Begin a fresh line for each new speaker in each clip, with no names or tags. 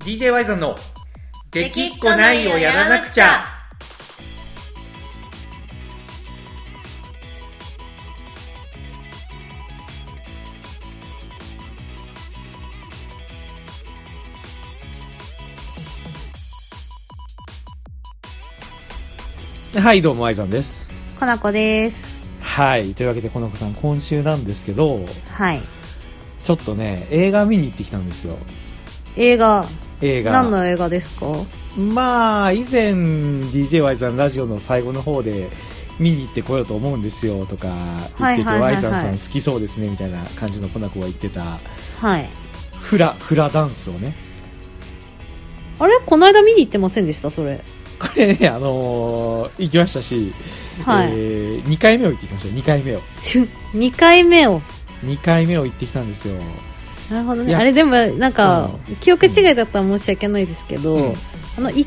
DJ ワイゾンの「できっこないをやらなくちゃ」はいどうもワイゾンです
コナコです
はいというわけでこの子さん今週なんですけど
はい
ちょっとね映画見に行ってきたんですよ
映画
映画
何の映画ですか
まあ、以前 DJY さんラジオの最後の方で見に行ってこようと思うんですよとか言ってて、
はいはいはいはい
Y さんさん好きそうですねみたいな感じのコナコが言ってた
はい
フラ、フラダンスをね。
あれこの間見に行ってませんでしたそれ
これね、あのー行きましたし、
は
え
い、
ー、2回目を行ってきました、2回目を。
2回目を
2回目を行ってきたんですよ。
なるほど
い
ね
や
あれでもなんか、
う
記憶違いだったら申し訳ないですけど、
うん
あの1回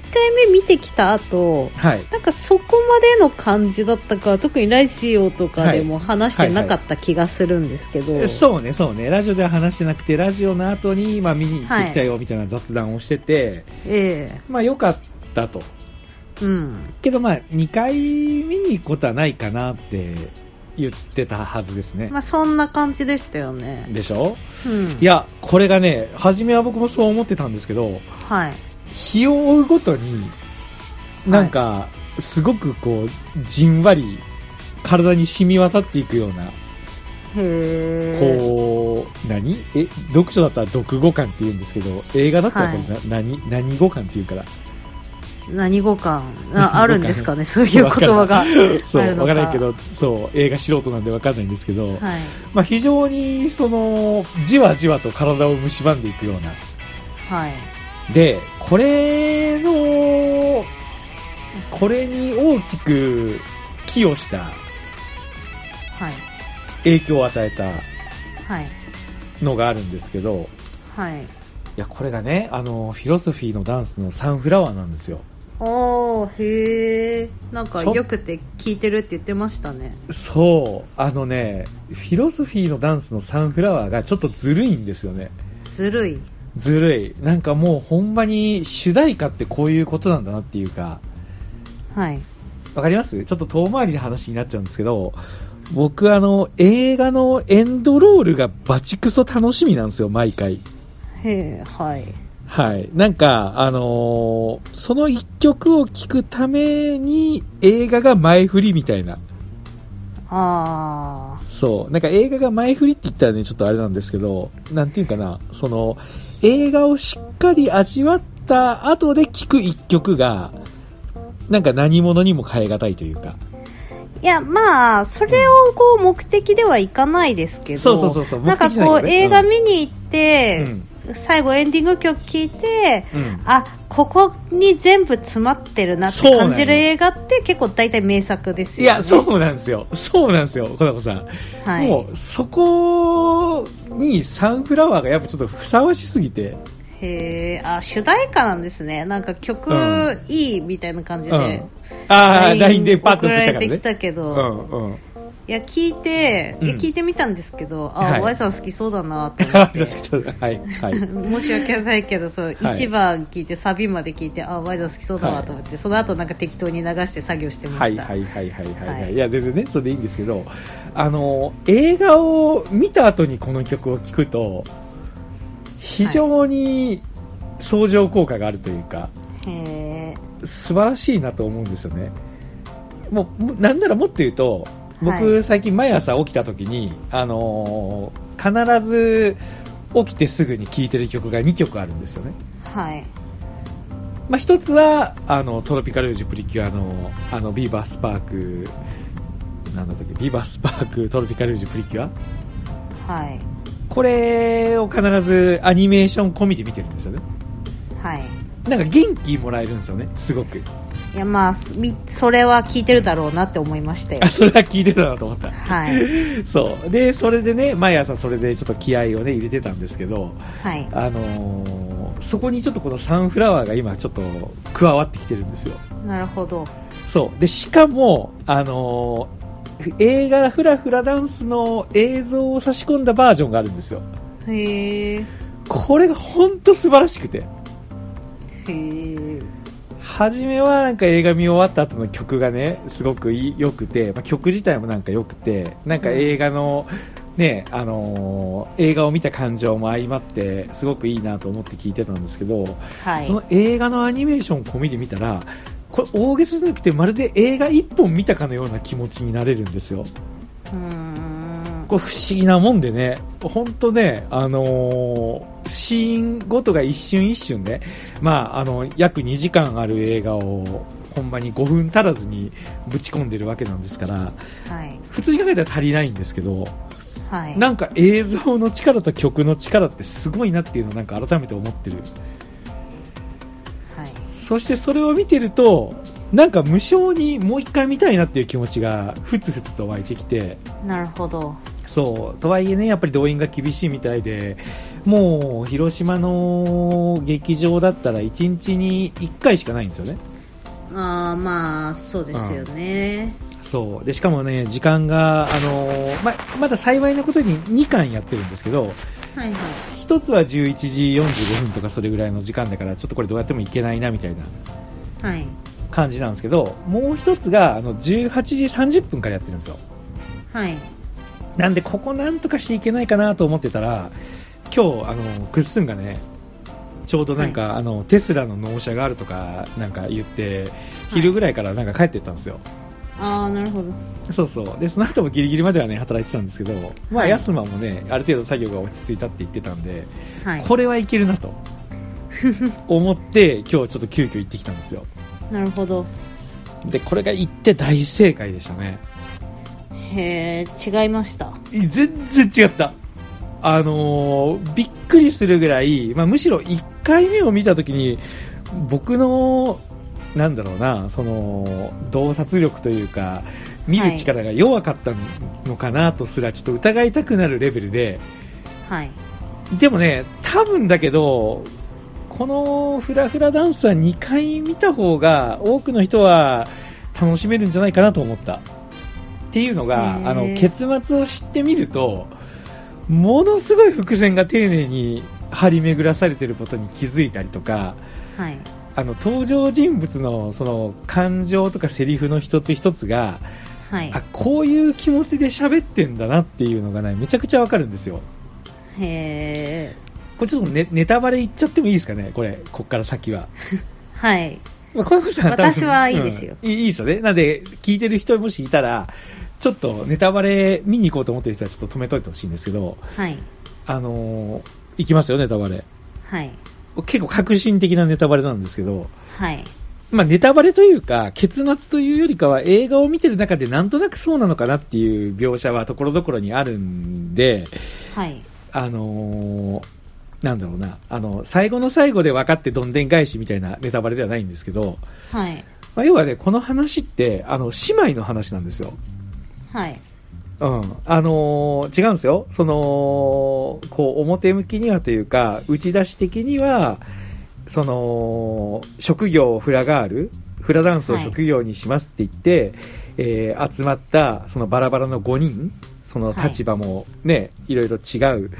目見てきた後
はい。
なんかそこまでの感じだったか特にラジオとかでも話してなかった気がするんですけど、
そうね、そうね。ラジオでは話してなくて、ラジオの後に、まあ見に行ってきたよみたいな雑談をしてて、
ええ
まあ良かったと。
うん
けどまあ2回見に行くことはないかなって言ってたはずですね、
まあそんな感じでしたよね
でしょ
うん
いやこれがね初めは僕もそう思ってたんですけど
はい
日を追うごとになんかすごくこうじんわり体に染み渡っていくような
へえ
こう何え読書だったら読語感って言うんですけど映画だったらこれな、何何語感っていうから
何語感ああるんで すかねそういう言葉が
そう
あるの
わ
か
からないけどそう映画素人なんでわかんないんですけど、
はい
まあ、非常にそのじわじわと体を蝕んでいくような
はい
でこれのこれに大きく寄与した
はい
影響を与えた
はい
のがあるんですけど
はい
いやこれがねあのフィロソフィーのダンスのサンフラワーなんですよ
おーへえなんか
ちょ
よくて聞いてるって言ってましたね
そうあのねフィロソフィーのダンスのサンフラワーがちょっとずるいんですよね
ずるい
ずるいなんかもうほんまに主題歌ってこういうことなんだなっていうか
はい
わかりますちょっと遠回りな話になっちゃうんですけど、僕あの、映画のエンドロールがバチクソ楽しみなんですよ、毎回。
へえはい
はい。なんか、あのーその一曲を聴くために映画が前振りみたいな。
あ
そう。なんか映画が前振りって言ったらね、ちょっとあれなんですけど、なんていうかな、その、映画をしっかり味わった後で聴く一曲が、なんか何者にも変え難いというか。
ーいやまあそれをこう目的ではいかないですけど
そうそうそうそう。
なんか
目的じゃ
こ
いうけどね
映画見に行っ
う
て、
ん
最後エンディング曲聴いて
うん
あここに全部詰まってるなっ
そう
て
なんよ
感じる映画って結構大体名作です
い
よ、ね、
や、そうなんですよ。そうなんですよ、コナコさん。
はい、
もう、そこにサンフラワーがやっぱちょっとふさわしすぎて。
へえあ主題歌なんですねなんか曲
うん
いいみたいな感じ
うん。
で、
ああ、LINE でパッと
送
送
ら
った
れ
か
て
ら
き
ね。
たけど、
うんうん。
いや聞いて、いや
うん
聞いてみたんですけどあ、
はい
おばあさん好きそうだなって思
あ
っ
ー
て
そうそうはい、はい。
申し訳ないけどそう、
はい
1番聞いてサビまで聞いてあワイザー好きそうだなと思って、その後なんか適当に流して作業してま
は
し
い
た、
はいはいはいはいはい、、
はいい
や全然ねそれでいいんですけどあの映画を見た後にこの曲を聴くと非常に相乗効果があるというか、
へ
素晴らしいなと思うんですよね。もうもう、なんならもっと言うと、僕、
は
最近毎朝起きた時に、あのー必ず起きてすぐに聴いてる曲が2曲あるんですよね。
えはい
まあ、一つは、あの、トロピカルージュプリキュアの、あの、ビーバースパーク、なんだったっけ、ビーバースパーク、トロピカルージュプリキュア
はい
これを必ずアニメーション込みで見てるんですよね。
はい
なんか元気もらえるんですよね、すごく。
いやまあすみそれは聞いてるだろうなって思いまし たよ
あ、それは聴いてたなと思った。
は い
そう。で、それでね、毎朝それでちょっと気合をね、入れてたんですけど、
はい
あのーそこにちょっとこのサンフラワーが今ちょっと加わってきてるんですよ。
なるほど
そう。で、しかも、あのー映画フラフラダンスの映像を差し込んだバージョンがあるんですよ。
へえ
これがほんと素晴らしくて。
へえ。
初めはなんか映画見終わった後の曲がねすごくいい良くて、まあ、曲自体もなんか良くてなんか映画の、ねあのー映画を見た感情も相まってすごくいいなと思って聞いてたんですけど、
は
そ
い。
の映画のアニメーション込みで見たらこれ大げさじゃなくてまるで映画一本見たかのような気持ちになれるんですよ。
うーん。
これ不思議なもんでね、本当ね、あのーシーンごとが一瞬一瞬ね、まあ、あの、約2時間ある映画を、ほんまに5分足らずにぶち込んでるわけなんですから、
はい。
普通に考えたら足りないんですけど、
はい。
なんか映像の力と曲の力ってすごいなっていうのをなんか改めて思ってる。
はい。
そしてそれを見てると、なんか無性にもう一回見たいなっていう気持ちがふつふつと湧いてきて、
なるほど。
そうとはいえねやっぱり動員が厳しいみたいでもう広島の劇場だったら1日に1回しかないんですよね
ああ、まあ、そうですよね。
そうでしかもね時間が、あのーままだ幸いなことに2巻やってるんですけど
はいはい。
1つは11時45分とかそれぐらいの時間だからちょっとこれどうやってもいけないなみたいな
はい。
感じなんですけどもう1つがあの18時30分からやってるんですよ
はい。
なんでここなんとかしていけないかなと思ってたら今日あのクッスンがねちょうどなんか、あのテスラの納車があるとかなんか言って昼ぐらいからなんか帰ってったんですよ、
ああ、なるほど。
そうそうでその後もギリギリまではね働いてたんですけどまあ
はい
ヤスマもねある程度作業が落ち着いたって言ってたんで、
はい。
これはいけるな と思って今日ちょっと急遽行ってきたんですよ
なるほど。
でこれが行って大正解でしたね
へえ、違いました。
全然違ったあのーびっくりするぐらい、まあ、むしろ1回目を見た時に僕のなんだろうなその洞察力というか見る力が弱かったのかなとすらちょっと疑いたくなるレベルで
はい。
でもね多分だけどこのフラフラダンスは2回見た方が多くの人は楽しめるんじゃないかなと思ったっていうのが
へー
あの結末を知ってみるとものすごい伏線が丁寧に張り巡らされてることに気づいたりとか
はい。
あの登場人物のその感情とかセリフの一つ一つが
はい
あ。こういう気持ちで喋ってんだなっていうのがねめちゃくちゃわかるんですよ。
へえ。
これちょっとネネタバレ言っちゃってもいいですかね、これ、こっから先は。
はい。
まあ、この子さん多分
私はいいですよ
うんいいいいですよね。なんで、聞いてる人もしいたら、ちょっとネタバレ見に行こうと思ってる人はちょっと止めといてほしいんですけど、
はい。
あのー行きますよ、ネタバレ。
はい。
結構革新的なネタバレなんですけど、
はい。
まあ、ネタバレというか、結末というよりかは映画を見てる中でなんとなくそうなのかなっていう描写はところどころにあるんで、
はい。
あのーなんだろうな、あの、最後の最後で分かってどんでん返しみたいなネタバレではないんですけど、
はい。
まあ、要はね、この話って、あの、姉妹の話なんですよ。
はい。
うん。あのー違うんですよ。その、こう、表向きにはというか、打ち出し的には、その、職業フラガール、フラダンスを職業にしますって言って、えー集まった、そのバラバラの5人、その立場もね、い、ろいろ違う。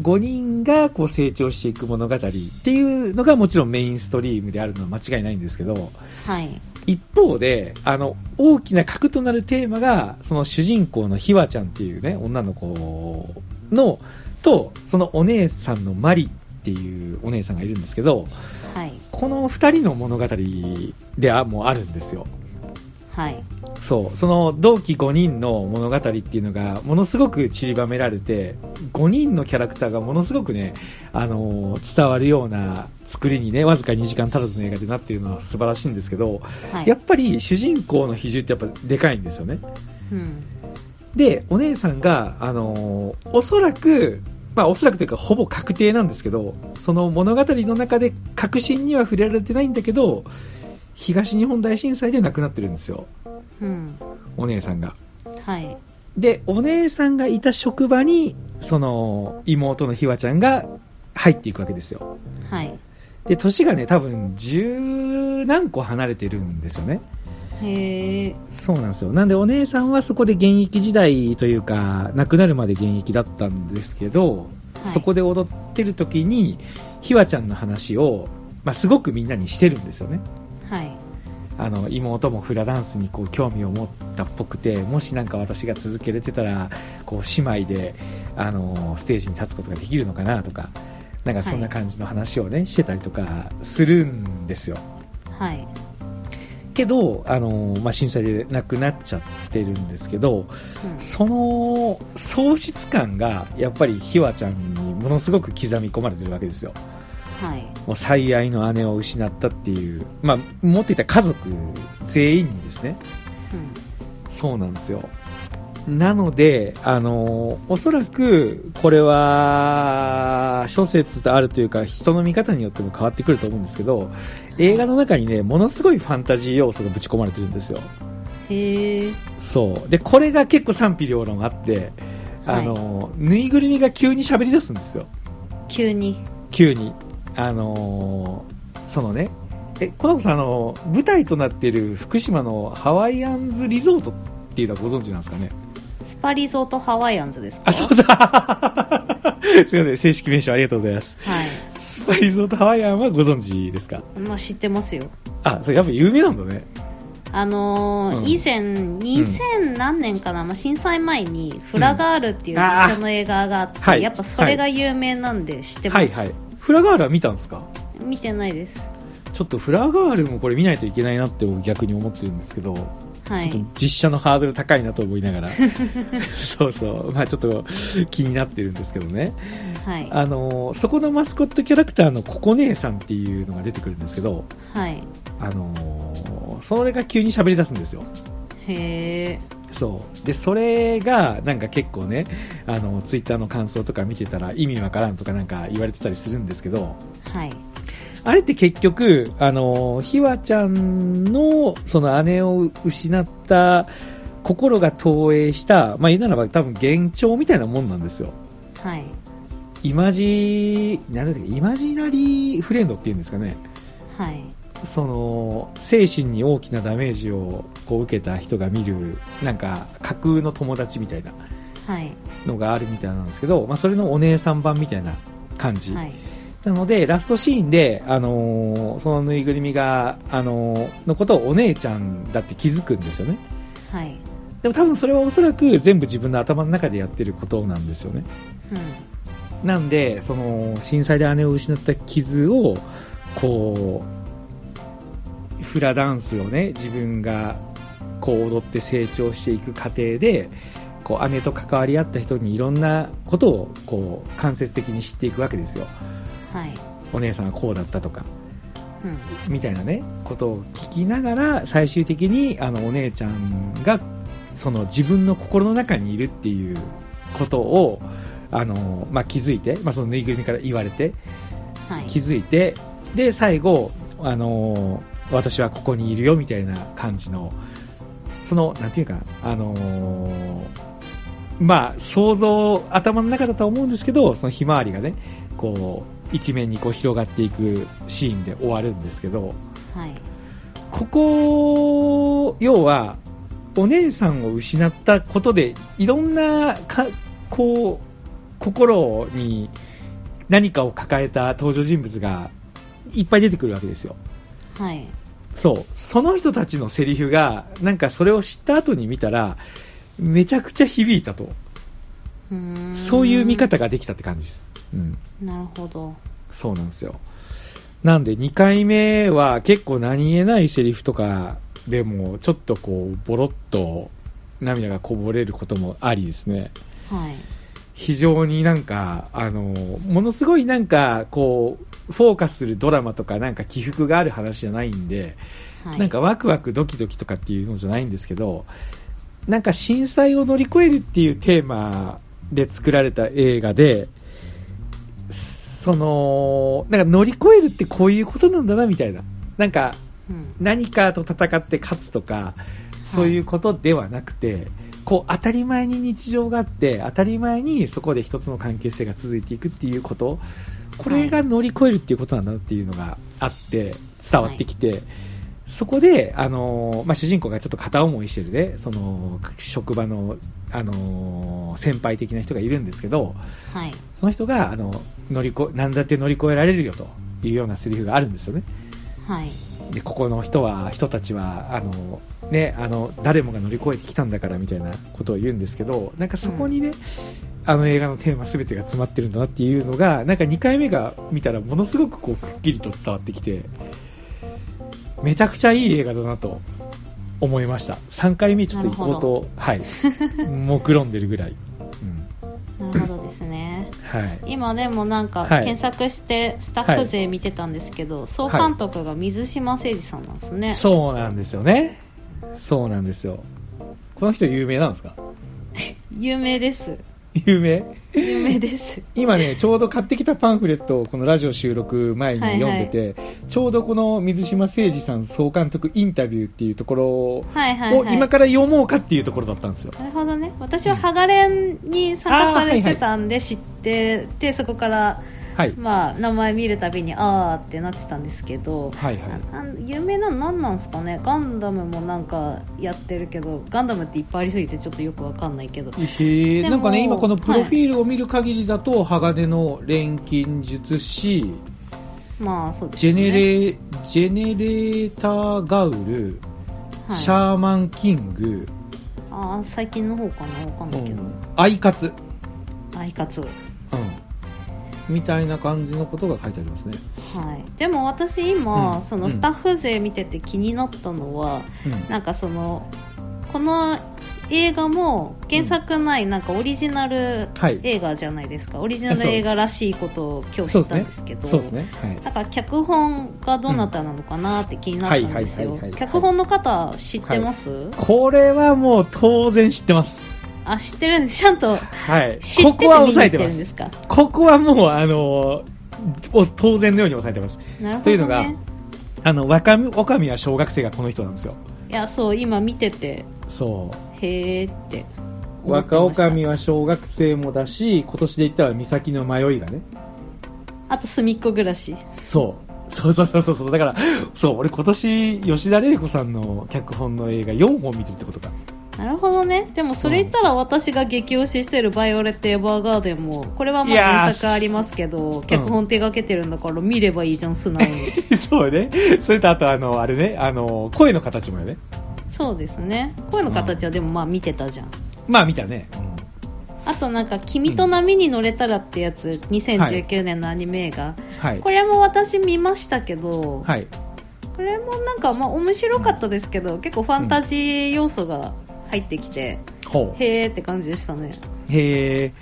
5人がこう成長していく物語っていうのがもちろんメインストリームであるのは間違いないんですけど、
はい。
一方であの大きな核となるテーマがその主人公のひわちゃんっていうね女の子のとそのお姉さんのマリっていうお姉さんがいるんですけど
はい。
この二人の物語ではもうあるんですよ
はい。
そうその同期5人の物語っていうのがものすごく散りばめられて5人のキャラクターがものすごくね、あのー伝わるような作りにねわずか2時間足らずの映画でなっているのは素晴らしいんですけど
はい。
やっぱり主人公の比重ってやっぱでかいんですよね。
うん。
で、お姉さんが、あのーおそらく、まあおそらくというかほぼ確定なんですけど、その物語の中で確信には触れられてないんだけど、東日本大震災で亡くなってるんですよ、
うん。
お姉さんが。
はい。
で、お姉さんがいた職場に、その妹のひわちゃんが入っていくわけですよ。
はい。
で、年がね、多分十何個離れてるんですよね。
へえ。
そうなんですよ。なんでお姉さんはそこで現役時代というか、亡くなるまで現役だったんですけど、
はい
そこで踊ってる時に、ひわちゃんの話を、まあ、すごくみんなにしてるんですよね
はい
あの妹もフラダンスにこう興味を持ったっぽくてもしなんか私が続けれてたらこう姉妹であのステージに立つことができるのかなとかなんかそんな感じの話をね、してたりとかするんですよ
はい
けどあの、まあ、震災で亡くなっちゃってるんですけど
うん
その喪失感がやっぱりひわちゃんにものすごく刻み込まれてるわけですよ
はい
もう最愛の姉を失ったっていう、まあ、持っていた家族全員にですね
うん
そうなんですよ。なので、あのおそらく、これは、諸説とあるというか、人の見方によっても変わってくると思うんですけど、映画の中にね、ものすごいファンタジー要素がぶち込まれてるんですよ。
へえ
そう。で、これが結構賛否両論あって、あのぬいぐるみが急に喋り出すんですよ。
急に
急に。あのそのね、え、コナコさん、あの舞台となっている福島のハワイアンズリゾートっていうのはご存知なんですかね
スパリゾートハワイアンズですか
あ、そう だ。すいません、正式名称ありがとうございます。
はい
スパリゾートハワイアンはご存知ですか
まあ知ってますよ
あ、それやっぱ有名なんだね。
あのー
うん
以前2000何年かな、まあ、震災前に「フラガール」っていう実写の映画があって、
あーはい
やっぱそれが有名なんで知ってます、
はいはい。フラガールは見たんですか
見てないです
ちょっとフラガールもこれ見ないといけないなって僕逆に思ってるんですけど、
は
ちょっ
い
と実写のハードル高いなと思いな がら。そうそう。まあちょっと気になってるんですけどね。
はい
あのーそこのマスコットキャラクターのココ姉さんっていうのが出てくるんですけど、
はい
あのーそれが急に喋り出すんですよ。
へえ
そう。で、それが、なんか結構ね、あの、ツイッターの感想とか見てたら意味わからんとかなんか言われてたりするんですけど、
はい
あれって結局、あの、ひわちゃんの、その姉を失った心が投影した、まあ言うならば多分幻聴みたいなもんなんですよ。
はい
イマジ、なんだっけ、イマジナリーフレンドっていうんですかね。
はい
その、精神に大きなダメージをこう受けた人が見る、なんか架空の友達みたいな。
はい
のがあるみたいなんですけど、まあ、それのお姉さん版みたいな感じ、
はい
なのでラストシーンで、あのーそのぬいぐるみが、あのーのことをお姉ちゃんだって気づくんですよね
はい
でも多分それはおそらく全部自分の頭の中でやってることなんですよね
うん
なんでその震災で姉を失った傷をこうフラダンスをね自分がこう踊って成長していく過程でこう姉と関わり合った人にいろんなことをこう間接的に知っていくわけですよ
はい
お姉さんはこうだったとか
うん
みたいなねことを聞きながら最終的にあのお姉ちゃんがその自分の心の中にいるっていうことをあの、まあ、気づいて、まあ、そのぬいぐるみから言われて
はい
気づいてで最後あの私はここにいるよみたいな感じのそのなんていうかあのまあ想像頭の中だとは思うんですけどそのひまわりがねこう一面にこう広がっていくシーンで終わるんですけど
はい
ここ要はお姉さんを失ったことでいろんなかこう心に何かを抱えた登場人物がいっぱい出てくるわけですよ
はい
そうその人たちのセリフがなんかそれを知った後に見たらめちゃくちゃ響いたと
うーん
そういう見方ができたって感じです、うん、
なるほど
そうなんですよ。なんで2回目は結構何気ないセリフとかでもちょっとこうボロッと涙がこぼれることもありですね。
はい
非常になんか、あの、ものすごいなんかこう、フォーカスするドラマとかなんか起伏がある話じゃないんで、
はい
なんかワクワクドキドキとかっていうのじゃないんですけど、なんか震災を乗り越えるっていうテーマで作られた映画で、その、なんか乗り越えるってこういうことなんだなみたいな。なんか
うん
何かと戦って勝つとか、そういうことではなくて、こう当たり前に日常があって、当たり前にそこで一つの関係性が続いていくっていうこと、これが乗り越えるっていうことなんだなっていうのがあって、伝わってきて、そこで、あのーまあ、主人公がちょっと片思いしてるね、その、職場の、あのー先輩的な人がいるんですけど、
はい
その人が、あの、乗りこ、なんだって乗り越えられるよと。っていうようなセリフがあるんですよね。
はい。
でここの人は人たちはあの、ね、あの誰もが乗り越えてきたんだからみたいなことを言うんですけどなんかそこにね、あの映画のテーマ全てが詰まってるんだなっていうのがなんか2回目が見たらものすごくこうくっきりと伝わってきてめちゃくちゃいい映画だなと思いました3回目ちょっと行こうと、はい、 目論んでるぐらい、うん
なるほどですね。
はい、
今でもなんか
はい
検索してスタッフ勢見てたんですけど、総監督が水島誠二さんなんですね。
そうなんですよねそうなんですよこの人有名なんですか
有名です。
有名
有 名です。
今ね、ちょうど買ってきたパンフレットをこのラジオ収録前に読んでて、ちょうどこの水島誠二さん総監督インタビューっていうところを
はいはい、はい。
今から読もうかっていうところだったんですよ。
なるほどね。私はハガレンに参加されてたんで知ってて、そこから、
はい。
まあ、名前見るたびに、あーってなってたんですけど、
はいはい。
あの有名なの何なんですかねガンダムもなんかやってるけどガンダムっていっぱいありすぎてちょっとよくわかんないけど
へえ
で
な
も
んかね、今このプロフィールを見る限りだと、鋼の錬金術師、
まあそうです
ジ
よ
ェ
ね
ネレ、ジェネレーターガウル、
はい
シャーマンキング、
あー最近の方かなわかんないけど、
アイカツ、
アイカツ
うん、みたいな感じのことが書いてありますね。
はい、でも私今、
うん
そのスタッフ勢見てて気になったのは、
うん
なんかそのこの映画も原作ないなんかオリジナル
はい
映画じゃないですか、オリジナル映画らしいことを今日知ったんですけど
そうですね。はい。
なんか脚本がどなたなのかなって気になったんです
うんは
よ
いはいはいはい
脚本の方知ってます、
これはもう当然知ってます。
あ知ってるんですちゃんと
はい。
知って
こ
て
こは
見
抑
に行
え
って
てま。
るんですすか
ここはもう、あのーお当然のように抑えてます。
なるほど、ね、
というのがあの、若み、おかみは小学生がこの人なんですよ。
いやそう今見てて
そ
へーって
う。若おかみは小学生もだし、今年で言ったら岬の迷いがね。
あと隅っこ暮らし
そう。そうそうそうそうそう。だから、そう、俺今年、吉田玲子さんの脚本の映画4本見てるってことか。
なるほどねでもそれ言ったら私が激推ししてる「バイオレット・エヴァーガーデンも」これはま
い
あ
やー
原作ありますけど脚本手がけてるんだから見ればいいじゃん素直に
そうね。それとあと、あの、あれね、あの、声の形もよね。
そうですね声の形はでもまあ見てたじゃん
まあ見たね。
あとなんか「君と波に乗れたら」ってやつ2019年のアニメ映画、
はい。
これも私見ましたけど、
はい。
これもなんかまあ面白かったですけど結構ファンタジー要素が入ってきて、
ほう。
へーって感じでしたね
へえ。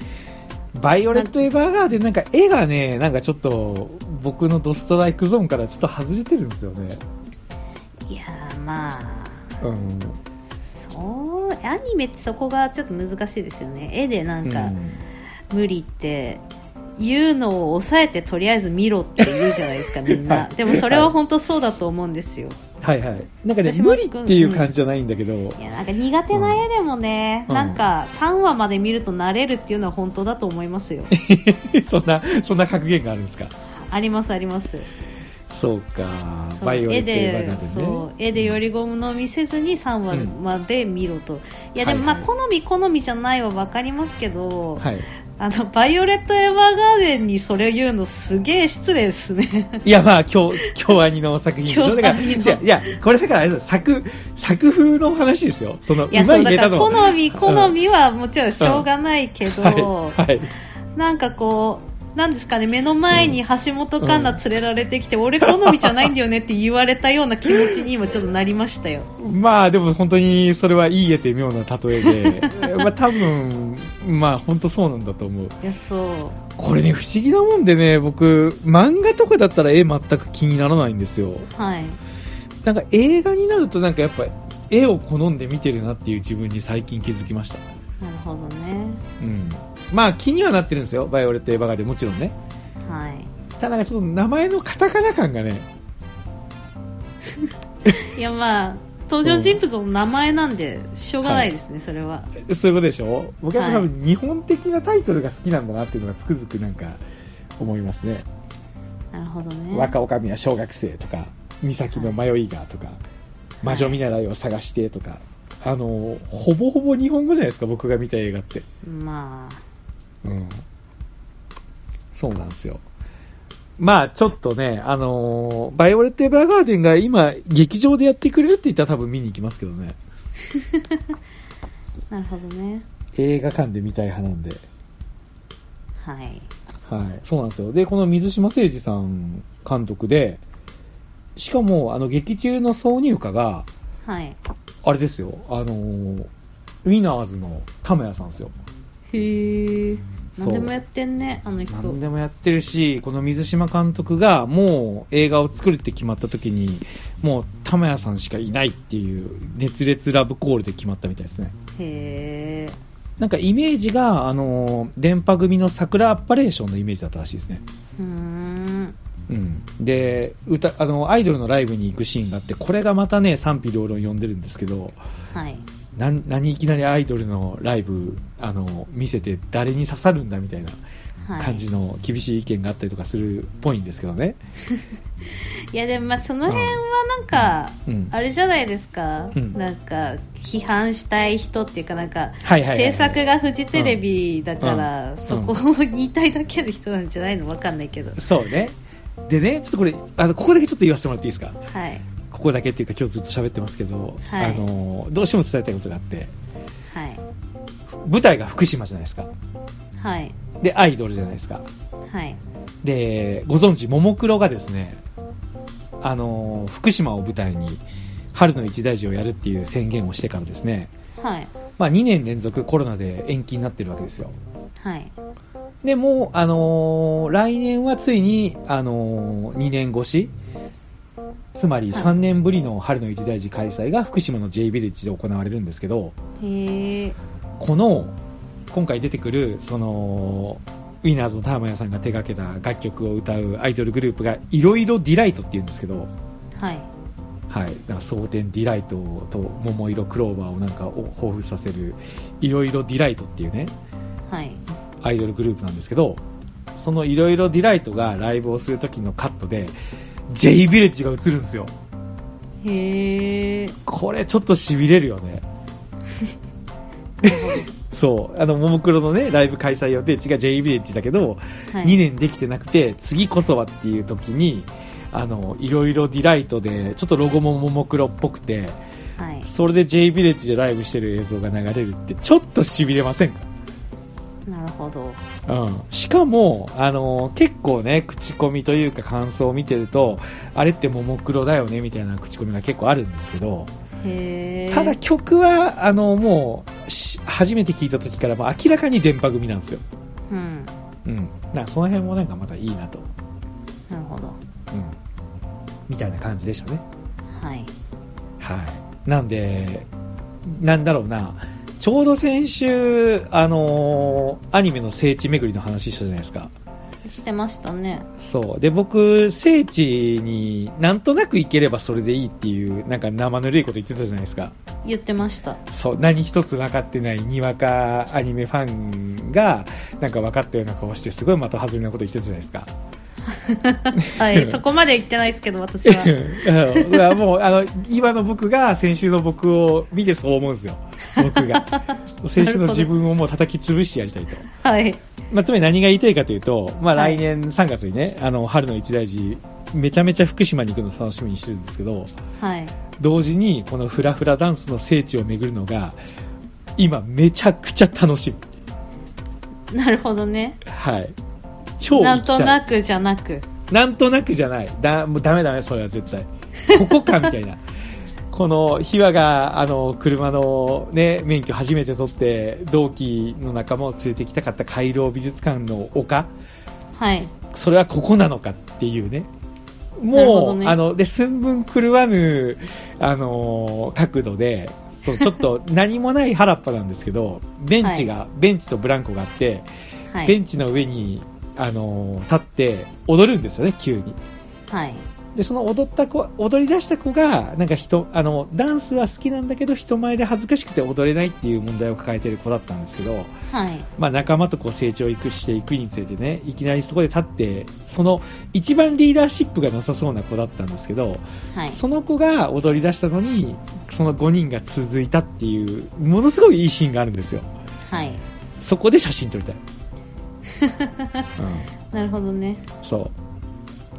バイオレット・エヴァーガーデンなんか絵がね、なんかちょっと僕のドストライクゾーンからちょっと外れてるんですよね。
いやーまあ
うん。
そうアニメってそこがちょっと難しいですよね絵でなんか無理って言うのを抑えてとりあえず見ろって言うじゃないですかみんな
はい
でもそれ は本当そうだと思うんですよ
はいはい。なんかね、
私も
無理っていう感じじゃないんだけど、
いやなんか苦手な絵でもね、
うん
なんか3話まで見ると慣れるっていうのは本当だと思いますよ
そんな、そんな格言があるんですか。
ありますあります
そうか。
そう
バイオレ
絵
ット・エヴァ
で
ーガーデン
そ
ね。
う絵でより好みせずに3話まで見ろと、いやでもまあ
はいはい
好み好みじゃないは分かりますけど、
はい。
あの、バイオレット・エヴァーガーデンにそれを言うのすげえ失礼で すね。
いや、まあ、今日、今日アニの作品でしょ。だから、
京アニの
じゃいや、これだからあれです作、作風の話ですよ。その、う
いや、
ま
そ、
いう
だ
ネ
か
タ
ら
の。
好み、好みはもちろんしょうがないけど、
はい。はい。
なんかこう、なんですかね、目の前に橋本環奈連れられてきて、俺好みじゃないんだよねって言われたような気持ちに今ちょっとなりました よ。
まあでも本当にそれはいいえて妙な例え でまあ多分まあ本当そうなんだと思う
いや、そ
これね不思議なもんでね僕漫画とかだったら絵全く気にならないんですよ
う。はい。
なんか映画になるとなんかやっぱ絵を好んで見てるなっていう自分に最近気づきました
なるほどね。
うんまあ気にはなってるんですよバイオレット・エヴァガーでもちろんね
はい。
ただなんかちょっと名前のカタカナ感がね
いや、まあ、登場人物の名前なんで、しょうがないですね、それは。
そういうことでしょ僕は多
はい
分日本的なタイトルが好きなんだなっていうのがつくづくなんか思いますね、
なるほどね。
若女将は小学生とか、岬の迷いがとか、魔女見習いを探してとか、あの、ほぼほぼ日本語じゃないですか、僕が見た映画って。
まあ、
うん。そうなんですよ。まあちょっとね、あのーバイオレット・エヴァーガーデンが今、劇場でやってくれるって言ったら多分見に行きますけどね。
なるほどね。
映画館で見たい派なんで。
はい。
はい。そうなんですよ。で、この水島誠二さん監督で、しかも、あの、劇中の挿入歌が、
はい。
あれですよ、あのーウィナーズの玉屋さんですよ。
へえ。何でもや
っ
ってんね、あの人。
何でもやってるし、この水島監督がもう映画を作るって決まった時に、もう玉屋さんしかいないっていう熱烈ラブコールで決まったみたいですね。
へえ。
なんかイメージが、あのー電波組の桜アッパレーションのイメージだったらしいですね。
うーん。
うん、で歌あのアイドルのライブに行くシーンがあってこれがまたね賛否両論呼んでるんですけど
はい。
なん何いきなりアイドルのライブあの見せて誰に刺さるんだみたいな
はい。
感じの厳しい意見があったりとかするっぽいんですけどね、
いやでもまあその辺はなんか、
うん、
あれじゃないですか、
うん
なんか批判したい人っていうかなんか
はいはいはい、はい、
制作がフジテレビだから、そこを言いたいだけの人なんじゃないのわかんないけど
そうねでねちょっとこれあのここだけちょっと言わせてもらっていいですか
はい
ここだけっていうか今日ずっと喋ってますけど、
はい
あのどうしても伝えたいことがあって
はい
舞台が福島じゃないですか
はい
でアイドルじゃないですか
はい
で、ご存知、ももクロがですね、あのー、福島を舞台に、春の一大事をやるっていう宣言をしてからですね、
はい
まあ2年連続コロナで延期になってるわけですよ。
はい
で、もう、あのー来年はついに、あの2年越し、つまり
はい
3年ぶりの春の一大事開催が福島の J ビレッジで行われるんですけど、
へえ
この、今回出てくる、その、ウィナーズのターマヤさんが手掛けた楽曲を歌うアイドルグループが、いろいろディライトって言うんですけど、
はい
はい、なんか蒼天ディライトと桃色クローバーをなんかを彷彿させる、いろいろディライトっていうね、
はい
アイドルグループなんですけど、そのいろいろディライトがライブをする時のカットで、J ヴィレッジが映るんですよ。
へえ
これちょっと痺れるよ ね。そう、あの、ももクロのね、ライブ開催予定地が J ヴィレッジだけど、
はい
2年できてなくて次こそはっていう時にあのいろいろディライトでちょっとロゴもももクロっぽくて
はい
それで J ヴィレッジでライブしてる映像が流れるってちょっとしびれませんか、
なるほど
うん、しかもあの結構ね口コミというか感想を見てるとあれってももクロだよねみたいな口コミが結構あるんですけど
へえ
ただ曲はあのもうし初めて聞いた時からもう明らかに電波組なんですよ、
うん
うん、なんかその辺もなんかまたいいなと、
なるほど
うん、みたいな感じでしたね
はい
はい。なんで、なんだろうな、ちょうど先週、あのーアニメの聖地巡りの話したじゃないですか。
してましたね
そう。で、僕、聖地になんとなく行ければそれでいいっていう、なんか生ぬるいこと言ってたじゃないですか。
言ってました
そう、何一つ分かってないにわかアニメファンが、なんか分かったような顔して、すごいまた外れなこと言ってたじゃないですか。
はいそこまで言ってないですけど私は
うんだからもう、あの、今の僕が先週の僕を見てそう思うんですよ。僕 が。先週の自分をもう叩き潰してやりたいと。
はい
まあ、つまり何が言いたいかというと、まあ、
は
来
い
年3月にね、あの、春の一大事、めちゃめちゃ福島に行くの楽しみにしてるんですけど、
はい
同時にこのフラフラダンスの聖地を巡るのが、今めちゃくちゃ楽しみ。
なるほどね
はい。超
な
行
ん
きた
と
い
なくじゃなく
なんとなくじゃない。だ、もうダメダメ、それは絶対。ここか、みたいな。 この、秘話が、あの、車のね、免許初めて取って、同期の仲間を連れてきたかった回廊美術館の丘、
はい
それはここなのかっていうね。
なるほ
も
ど
う、
ね
あの、で、寸分狂わぬ、あの、角度で、そう、ちょっ と何もない原っぱなんですけど、ベンチが、ベンチとブランコがあって、
は
ベ
い
ンチの上に、あの、立って踊るんですよね、急に。
はい
で、その踊った子、踊り出した子が、なんか人、あの、ダンスは好きなんだけど、人前で恥ずかしくて踊れないっていう問題を抱えてる子だったんですけど、
はい
まあ仲間とこう成長いくしていくにつれてね、いきなりそこで立って、その一番リーダーシップがなさそうな子だったんですけど、
はい
その子が踊り出したのに、その5人が続いたっていう、ものすごいいいシーンがあるんですよ。
はい
そこで写真撮りたい。うん
なるほどね
そう。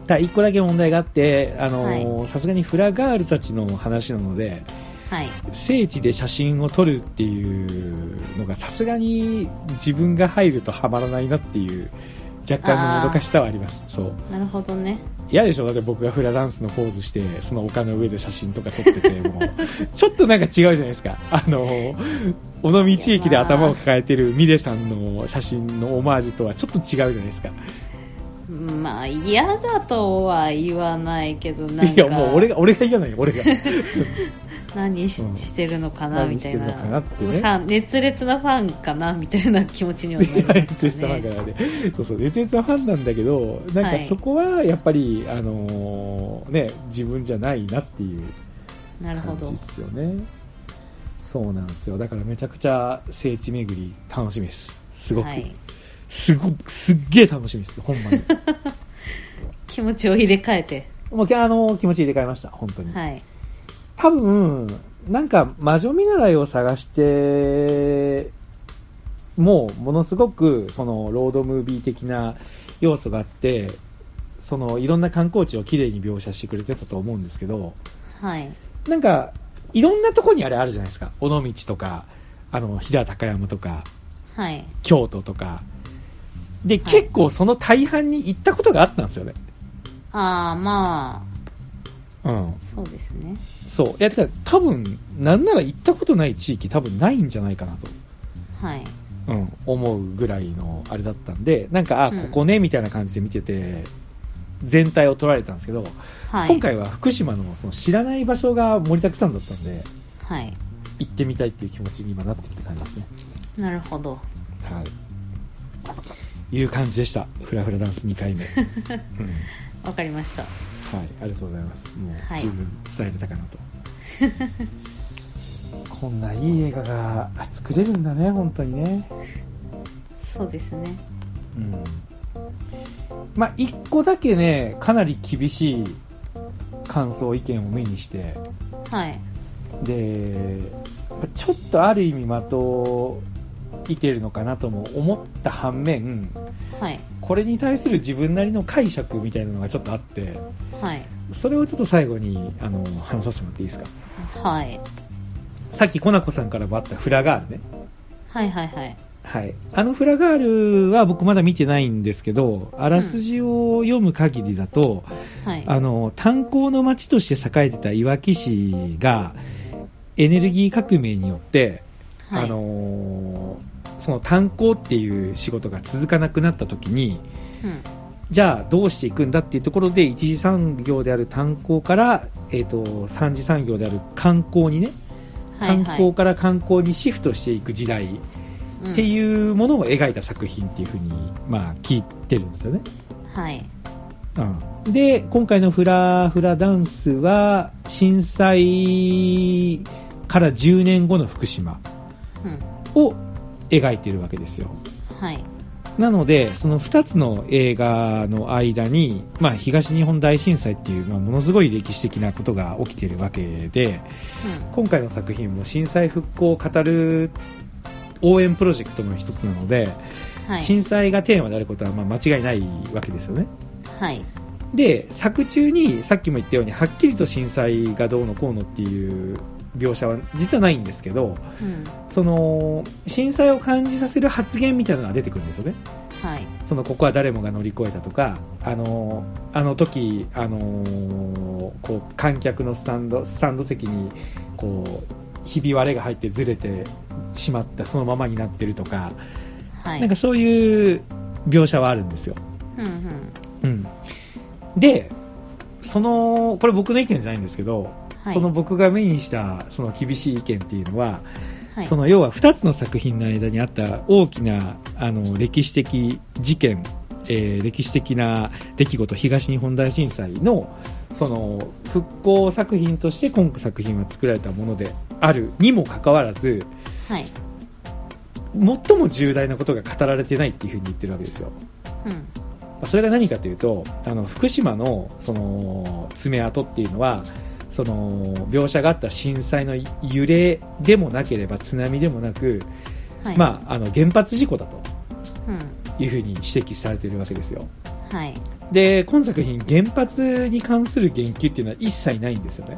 ただ一個だけ問題があって、あの
は
さすがにフラガールたちの話なので、
はい。
聖地で写真を撮るっていうのがさすがに自分が入るとハマらないなっていう若干のもどかしさはありますそう
なるほどね。
嫌でしょだって僕がフラダンスのポーズしてその丘の上で写真とか撮ってて もちょっとなんか違うじゃないですかあの尾道駅で頭を抱えてるミレさんの写真のオマージュとはちょっと違うじゃないですか
まあ、嫌だとは言わないけど、なんか、
いやもう俺が俺が嫌なんよ俺が
何し,、
うん
してるのかな
何
みたいな
してるのかなってね
ファン熱烈なファンかなみたいな気持ちにはなります、ね、
熱烈なファンからねそうそう熱烈なファンなんだけどなん
は
か
い
そこはやっぱり、あのね自分じゃないなっていう
なるほ
感じ
ど
ですよねそうなんですよだからめちゃくちゃ聖地巡り楽しみですすごく、
はい、
すごくすっげえ楽しみですほんまに
気持ちを入れ替えて
もうきあの気持ち入れ替えました本当に、
はい
多分なんか魔女見習いを探してもうものすごくそのロードムービー的な要素があってそのいろんな観光地をきれいに描写してくれてたと思うんですけど
はい
なんかいろんなとこにあれあるじゃないですか尾道とかあの飛騨高山とか
はい
京都とかで、結構その大半に行ったことがあったんですよね
ああま
うん
あそうですね
そういやてか多分なんなら行ったことない地域多分ないんじゃないかなと、
はい
うん、思うぐらいのあれだったんでなんかあ
うん
ここねみたいな感じで見てて全体を取られたんですけど、
はい
今回は福島のその知らない場所が盛りだくさんだったんで
はい
行ってみたいっていう気持ちに今なってきた感じですね
なるほど
はいいう感じでしたフラフラダンス2回 目、うん
わかりました
はい、ありがとうございます。もう
はい
十分伝えれたかなと。 こんないい映画が作れるんだね、本当にね。
そうですね
うん。まあ、一個だけね、かなり厳しい感想、意見を目にして、
はい
で、ちょっとある意味的をいてるのかなとも思った反面、
はい
これに対する自分なりの解釈みたいなのがちょっとあって、
はい
それをちょっと最後にあの話させてもらっていいですか。
はい
さっきコナコさんからもあったフラガールね。
はいはいはい
はい。あのフラガールは僕まだ見てないんですけど、あらすじを読む限りだと、
はい
あの、炭鉱の町として栄えてたいわき市が、エネルギー革命によって、
はい
あのーその炭鉱っていう仕事が続かなくなった時に、
うん
じゃあどうしていくんだっていうところで、一次産業である炭鉱から、えっ、と、三次産業である観光にね、
は
観
いは
光
い
から観光にシフトしていく時代
うん
っていうものを描いた作品っていうふうに、まあ、聞いてるんですよね。
はい
うん、で、今回のフラフラダンスは、震災から10年後の福島
うん
を描いてるわけですよ。
はい
なので、その2つの映画の間に、まあ、東日本大震災っていう、まあ、ものすごい歴史的なことが起きてるわけで、
うん
今回の作品も震災復興を語る応援プロジェクトの一つなので、
はい
震災がテーマであることはまあ間違いないわけですよね。
はい
で、作中にさっきも言ったようにはっきりと震災がどうのこうのっていう描写は実はないんですけど、
うん
その震災を感じさせる発言みたいなのが出てくるんですよね。
はい
そのここは誰もが乗り越えたとか、あのあの時あのこう観客のスタンドスタンド席にこうひび割れが入ってずれてしまったそのままになってるとか、
はい
なんかそういう描写はあるんですよ。
うんうん
うん、でそのこれ僕の意見じゃないんですけど、
はい
その僕が目にしたその厳しい意見っていうのは、
はい
その要は2つの作品の間にあった大きなあの歴史的事件、えー歴史的な出来事東日本大震災のその復興作品として今作作品は作られたものであるにもかかわらず
はい
最も重大なことが語られてないっていうふうに言ってるわけですよ。
うん
それが何かというとあの福島のその爪痕っていうのはその描写があった震災の揺れでもなければ津波でもなく、
はい
まあ、あの原発事故だと
うん
いうふうに指摘されているわけですよ
はい
で、今作品、原発に関する言及っていうのは一切ないんですよね。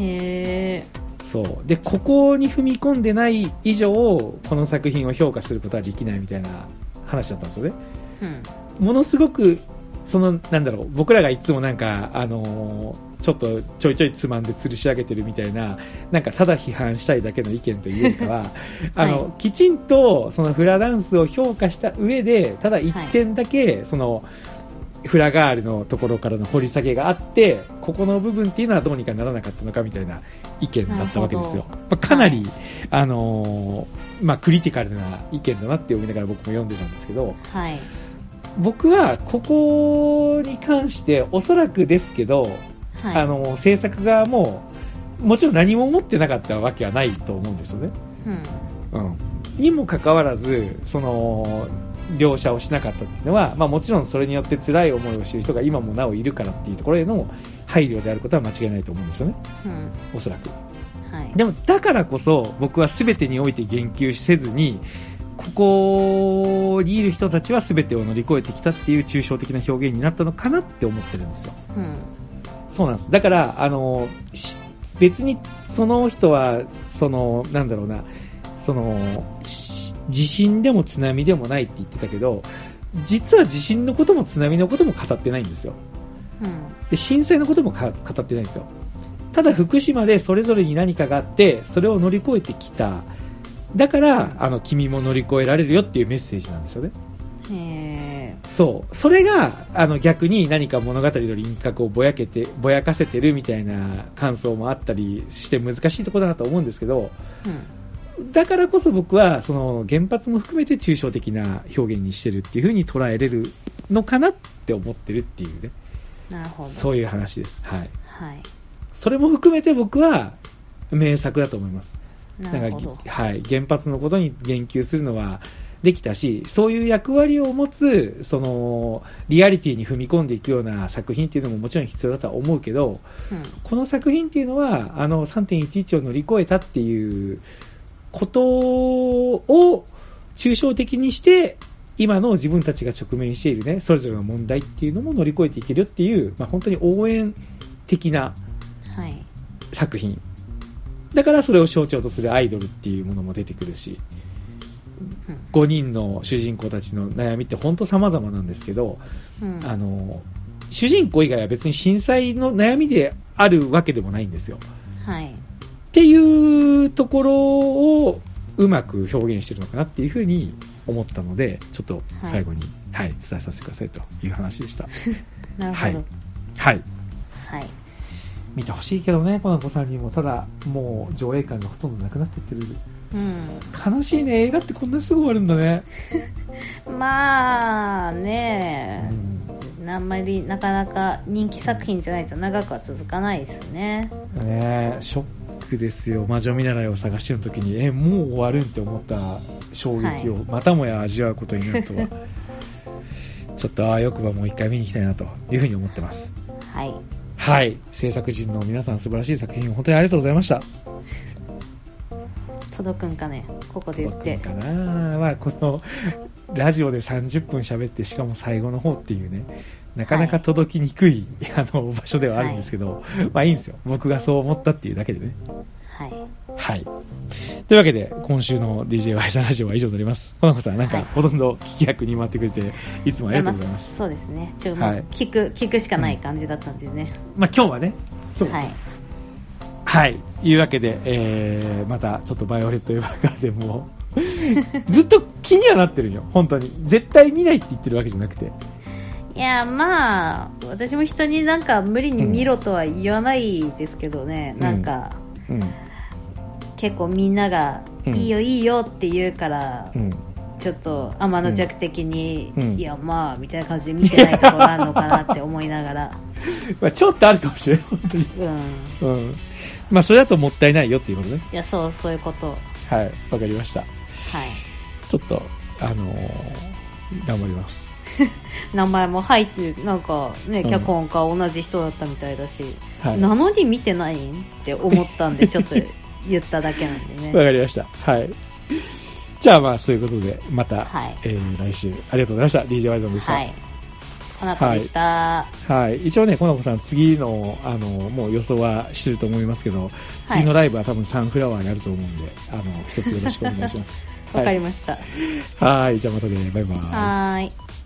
へえ
そう。で、ここに踏み込んでない以上、この作品を評価することはできないみたいな話だったんですよね。
うん
ものすごく、その、なんだろう、僕らがいつもなんか、あのーちょっとちょいちょいつまんで吊るし上げてるみたいな、なんかただ批判したいだけの意見というよりかは、あの、きちんとそのフラダンスを評価した上で、ただ一点だけ、その、フラガールのところからの掘り下げがあって、ここの部分っていうのはどうにかならなかったのかみたいな意見だったわけですよ。まあ、かなり、
は
あのーまあ、クリティカルな意見だなって思いながら僕も読んでたんですけど、
はい
僕はここに関しておそらくですけど、
はい
あの制作側ももちろん何も持ってなかったわけはないと思うんですよね。
うん
うん、にもかかわらずその描写をしなかったっていうのは、まあ、もちろんそれによって辛い思いをしている人が今もなおいるからっていうところへの配慮であることは間違いないと思うんですよね
うん
おそらく。
はい
でもだからこそ僕は全てにおいて言及せずにここにいる人たちは全てを乗り越えてきたっていう抽象的な表現になったのかなって思ってるんですよ
うん
そうなんですだからあのし別にその人はそのなんだろうなそのし地震でも津波でもないって言ってたけど実は地震のことも津波のことも語ってないんですよ
うん
で震災のこともか語ってないんですよただ福島でそれぞれに何かがあってそれを乗り越えてきただからあの君も乗り越えられるよっていうメッセージなんですよね
へえ
そうそれがあの逆に何か物語の輪郭をぼやけてぼやかせてるみたいな感想もあったりして難しいところだなと思うんですけど
うん
だからこそ僕はその原発も含めて抽象的な表現にしてるっていう風に捉えれるのかなって思ってるっていうね
なるほど
そういう話ですはい
はい
それも含めて僕は名作だと思います。
なるほ
か
ど、
はい、原発のことに言及するのはできたし、そういう役割を持つ、その、リアリティに踏み込んでいくような作品っていうのももちろん必要だとは思うけど、
うん
この作品っていうのは、あの、3.11を乗り越えたっていうことを抽象的にして、今の自分たちが直面しているね、それぞれの問題っていうのも乗り越えていけるっていう、まあ本当に応援的な
はい
作品だからそれを象徴とするアイドルっていうものも出てくるし
うん
5人の主人公たちの悩みって本当様々なんですけど
うん
あの主人公以外は別に震災の悩みであるわけでもないんですよ
はい
っていうところをうまく表現してるのかなっていうふうに思ったのでちょっと最後に、はい伝えさせてくださいという話でした
なる
は
ほ
い
ど
はい
はい
見てほしいけどねこの子さんにもただもう上映感がほとんどなくなってってる
うん
悲しいね映画ってこんなすぐ終わるんだね、
まあねあんまりなかなか人気作品じゃないと長くは続かないですね
ねえショックですよ魔女見習いを探してる時にえもう終わるんって思った衝撃をまたもや味わうことになるとはちょっとああよくばもう一回見に行きたいなというふうに思ってます
はい
はい制作陣の皆さん素晴らしい作品を本当にありがとうございました
届くんかねここで言って
かな、まあ、このラジオで30分喋ってしかも最後の方っていうねなかなか届きにくい、あの場所ではあるんですけど、まあいいんですよ僕がそう思ったっていうだけでね
はい
はいというわけで今週の DJY さんラジオは以上になりますほなこさんなん
は
か
い
ほとんど聞き役に回ってくれていつもありがとうございます、
そうですねちょっと
はい
聞く、聞くしかない感じだったんでね、
まあ今日はね今日は
はい
はい。いうわけで、えー、また、ちょっとバイオレットエヴァガーデンも、 ずっと気にはなってるよ。本当に。絶対見ないって言ってるわけじゃなくて。
いやまあ私も人になんか無理に見ろとは言わないですけどね、
ん
なんか
うん。
結構みんなが「
うん
いいよいいよ」って言うから、
うん。
ちょっと天の弱的に、
うん
いやまあみたいな感じで見てないところあるのかなって思いなが ら
まあ、ちょっとあるかもしれない。本当に。
うん
うん。まあ、それだともったいないよっていうことね。
いやそうそういうことはい
はい。わかりました。ちょっと、あのー頑張ります。
名前も入ってなんかね
うん
脚本家同じ人だったみたいだし、
はい。
なのに見てないんって思ったんでちょっと言っただけなんでね
わかりました。はい。じゃあ、まあ、そういうことで、また、
はい
えー来週、ありがとうございました。DJ ワイゾンでした。
はいかなこでした。
はい、一応ね、コナコさん、次の、あの、もう予想はしてると思いますけど、
はい
次のライブは多分サンフラワーやると思うんで、あの、一つよろしくお願いします。
わかり
ま
ました。
す。はい、じゃあまたね、バイバイ。
はーい。